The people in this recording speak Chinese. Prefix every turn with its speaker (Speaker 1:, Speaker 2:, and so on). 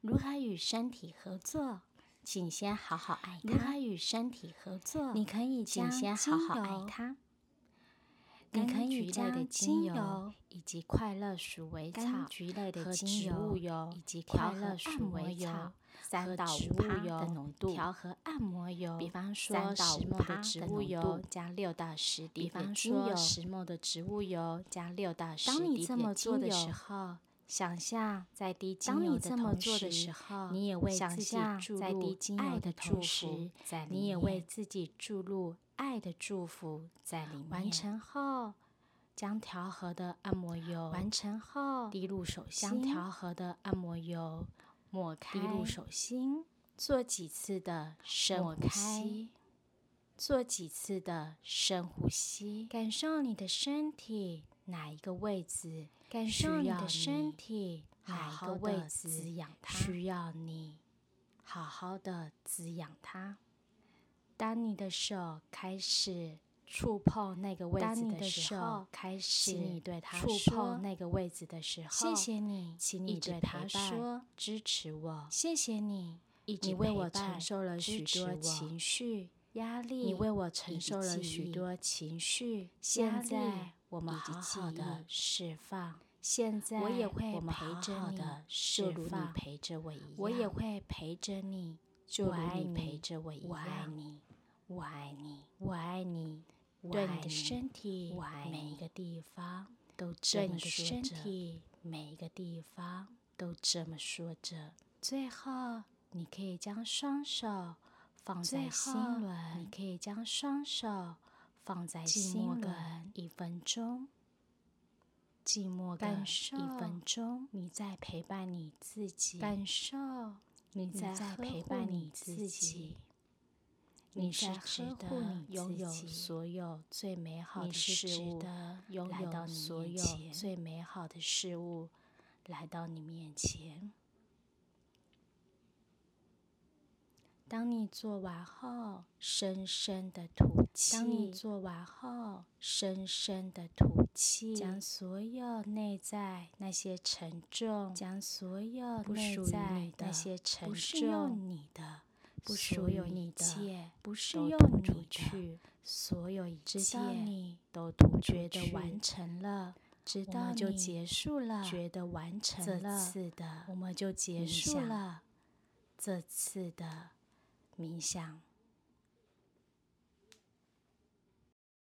Speaker 1: 如何与身体合作？
Speaker 2: 请先好好爱
Speaker 1: 如
Speaker 2: 他
Speaker 1: 何。与身体合作？
Speaker 2: 你可以
Speaker 1: 请先
Speaker 2: 将
Speaker 1: 好好爱他。
Speaker 2: 你
Speaker 1: 柑
Speaker 2: 可以
Speaker 1: 橘类的精
Speaker 2: 将精
Speaker 1: 油
Speaker 2: 油
Speaker 1: 以及快乐鼠尾草
Speaker 2: 柑橘类的
Speaker 1: 和
Speaker 2: 精
Speaker 1: 植物
Speaker 2: 油
Speaker 1: 油
Speaker 2: 以及
Speaker 1: 调
Speaker 2: 调
Speaker 1: 和
Speaker 2: 和
Speaker 1: 按
Speaker 2: 鼠
Speaker 1: 摩
Speaker 2: 尾
Speaker 1: 油
Speaker 2: 草
Speaker 1: 和
Speaker 2: 三到
Speaker 1: 植
Speaker 2: 五
Speaker 1: 物
Speaker 2: 帕的
Speaker 1: 油
Speaker 2: 浓度，
Speaker 1: 调和按摩油，
Speaker 2: 比方
Speaker 1: 三
Speaker 2: 说
Speaker 1: 到
Speaker 2: 石
Speaker 1: 五
Speaker 2: 墨
Speaker 1: 趴
Speaker 2: 的植
Speaker 1: 的
Speaker 2: 物
Speaker 1: 浓
Speaker 2: 油
Speaker 1: 度
Speaker 2: 加六到十滴
Speaker 1: 比
Speaker 2: 的
Speaker 1: 方
Speaker 2: 精油
Speaker 1: 说。石墨的植物油加六到十
Speaker 2: 当你
Speaker 1: 滴
Speaker 2: 这
Speaker 1: 的
Speaker 2: 么做
Speaker 1: 精
Speaker 2: 的时
Speaker 1: 油
Speaker 2: 候，想象
Speaker 1: 在滴
Speaker 2: 当
Speaker 1: 精油
Speaker 2: 你
Speaker 1: 的
Speaker 2: 这么
Speaker 1: 同
Speaker 2: 做的时
Speaker 1: 时，
Speaker 2: 候，
Speaker 1: 你也为
Speaker 2: 想
Speaker 1: 自己
Speaker 2: 象
Speaker 1: 注
Speaker 2: 在滴
Speaker 1: 入
Speaker 2: 精
Speaker 1: 爱
Speaker 2: 油
Speaker 1: 的
Speaker 2: 祝
Speaker 1: 祝福
Speaker 2: 福，
Speaker 1: 在里
Speaker 2: 你也为
Speaker 1: 面
Speaker 2: 自己注入爱的祝福在里面。
Speaker 1: 完成后，将调和的按摩油
Speaker 2: 完成后，
Speaker 1: 滴入手心，
Speaker 2: 将
Speaker 1: 调
Speaker 2: 调
Speaker 1: 和的按摩油抹开，
Speaker 2: 滴入手心，
Speaker 1: 做几次的深
Speaker 2: 抹
Speaker 1: 呼
Speaker 2: 开
Speaker 1: 吸，，做几次的深呼吸，
Speaker 2: 感受你的身体
Speaker 1: 哪一个位置
Speaker 2: 感
Speaker 1: 需
Speaker 2: 受你
Speaker 1: 要
Speaker 2: 的身
Speaker 1: 你
Speaker 2: 体
Speaker 1: 哪
Speaker 2: 哪
Speaker 1: 一
Speaker 2: 一
Speaker 1: 个
Speaker 2: 个
Speaker 1: 位
Speaker 2: 位
Speaker 1: 置
Speaker 2: 置
Speaker 1: 养它
Speaker 2: 需要你。
Speaker 1: 好好的滋养它。
Speaker 2: 当你的手开始触碰那个位
Speaker 1: 当
Speaker 2: 置
Speaker 1: 你
Speaker 2: 的
Speaker 1: 的
Speaker 2: 时
Speaker 1: 手
Speaker 2: 候，开始
Speaker 1: 请你对它
Speaker 2: 触
Speaker 1: 说
Speaker 2: 碰那个位置的时候，
Speaker 1: 谢谢
Speaker 2: 你，请你
Speaker 1: 一直
Speaker 2: 对
Speaker 1: 陪
Speaker 2: 它
Speaker 1: 伴
Speaker 2: 说
Speaker 1: 支持我，
Speaker 2: 谢谢你，
Speaker 1: 一直
Speaker 2: 你为
Speaker 1: 陪
Speaker 2: 我
Speaker 1: 伴
Speaker 2: 承受了
Speaker 1: 支
Speaker 2: 许
Speaker 1: 持
Speaker 2: 多
Speaker 1: 我
Speaker 2: 情绪压力，
Speaker 1: 你为我
Speaker 2: 以
Speaker 1: 承
Speaker 2: 及
Speaker 1: 受了
Speaker 2: 记
Speaker 1: 许
Speaker 2: 忆
Speaker 1: 多情绪，
Speaker 2: 压
Speaker 1: 现
Speaker 2: 力
Speaker 1: 在我们
Speaker 2: 以及
Speaker 1: 好好
Speaker 2: 记
Speaker 1: 的
Speaker 2: 忆
Speaker 1: 释放。
Speaker 2: 现在
Speaker 1: 我也会
Speaker 2: 我们
Speaker 1: 陪
Speaker 2: 好
Speaker 1: 着
Speaker 2: 好
Speaker 1: 你
Speaker 2: 的，
Speaker 1: 就
Speaker 2: 释
Speaker 1: 如你
Speaker 2: 放。
Speaker 1: 陪着我一样。
Speaker 2: 我也会陪着你，
Speaker 1: 就
Speaker 2: 我
Speaker 1: 如
Speaker 2: 爱
Speaker 1: 你陪
Speaker 2: 你
Speaker 1: 着我一样。
Speaker 2: 我爱你，我爱你，
Speaker 1: 我爱你，我
Speaker 2: 对
Speaker 1: 爱
Speaker 2: 你的身体
Speaker 1: 我爱
Speaker 2: 每
Speaker 1: 你
Speaker 2: 一个地方，
Speaker 1: 都
Speaker 2: 对
Speaker 1: 这
Speaker 2: 你
Speaker 1: 么
Speaker 2: 的
Speaker 1: 说
Speaker 2: 身
Speaker 1: 着，
Speaker 2: 体
Speaker 1: 每一个地方都这么说着。
Speaker 2: 最后，
Speaker 1: 你可以将双手放
Speaker 2: 最
Speaker 1: 在
Speaker 2: 后
Speaker 1: 心轮，
Speaker 2: 你
Speaker 1: 可以将双手放在
Speaker 2: 静
Speaker 1: 心
Speaker 2: 默
Speaker 1: 轮
Speaker 2: 地
Speaker 1: 一分钟，寂寞
Speaker 2: 感
Speaker 1: 感受
Speaker 2: 受
Speaker 1: 一分钟，你在陪伴你自己，
Speaker 2: 感受
Speaker 1: 你
Speaker 2: 你
Speaker 1: 在
Speaker 2: 在
Speaker 1: 陪
Speaker 2: 陪
Speaker 1: 伴
Speaker 2: 伴
Speaker 1: 你
Speaker 2: 你
Speaker 1: 自
Speaker 2: 自
Speaker 1: 己
Speaker 2: 己，
Speaker 1: 你
Speaker 2: 你
Speaker 1: 是
Speaker 2: 在
Speaker 1: 值
Speaker 2: 呵
Speaker 1: 得
Speaker 2: 护你
Speaker 1: 拥
Speaker 2: 自
Speaker 1: 有
Speaker 2: 己
Speaker 1: 所有最美好
Speaker 2: 你
Speaker 1: 的
Speaker 2: 是
Speaker 1: 事
Speaker 2: 值
Speaker 1: 物，
Speaker 2: 得
Speaker 1: 拥
Speaker 2: 来到
Speaker 1: 有
Speaker 2: 你
Speaker 1: 所
Speaker 2: 面
Speaker 1: 有
Speaker 2: 前
Speaker 1: 最美好的事物来到你面前。
Speaker 2: 当你做完后，
Speaker 1: 深深的吐气。
Speaker 2: 当你做完后，
Speaker 1: 深深的吐气，
Speaker 2: 将所有内在
Speaker 1: 那些沉重、
Speaker 2: 将所有
Speaker 1: 不
Speaker 2: 内
Speaker 1: 属于你
Speaker 2: 在
Speaker 1: 的
Speaker 2: 那些沉
Speaker 1: 不适用
Speaker 2: 重、
Speaker 1: 你的、
Speaker 2: 不
Speaker 1: 所
Speaker 2: 属于
Speaker 1: 有
Speaker 2: 你
Speaker 1: 一
Speaker 2: 的，
Speaker 1: 切
Speaker 2: 不适
Speaker 1: 都
Speaker 2: 用
Speaker 1: 吐
Speaker 2: 你
Speaker 1: 出
Speaker 2: 的，
Speaker 1: 去，所有一
Speaker 2: 直
Speaker 1: 切
Speaker 2: 到你
Speaker 1: 都吐
Speaker 2: 觉
Speaker 1: 觉
Speaker 2: 得
Speaker 1: 得
Speaker 2: 完
Speaker 1: 完
Speaker 2: 成了，直
Speaker 1: 我
Speaker 2: 到
Speaker 1: 们就
Speaker 2: 你
Speaker 1: 结束了，
Speaker 2: 觉得完
Speaker 1: 这
Speaker 2: 成了，
Speaker 1: 次的
Speaker 2: 我们就结
Speaker 1: 冥
Speaker 2: 束
Speaker 1: 想
Speaker 2: 了。
Speaker 1: 这次的冥想。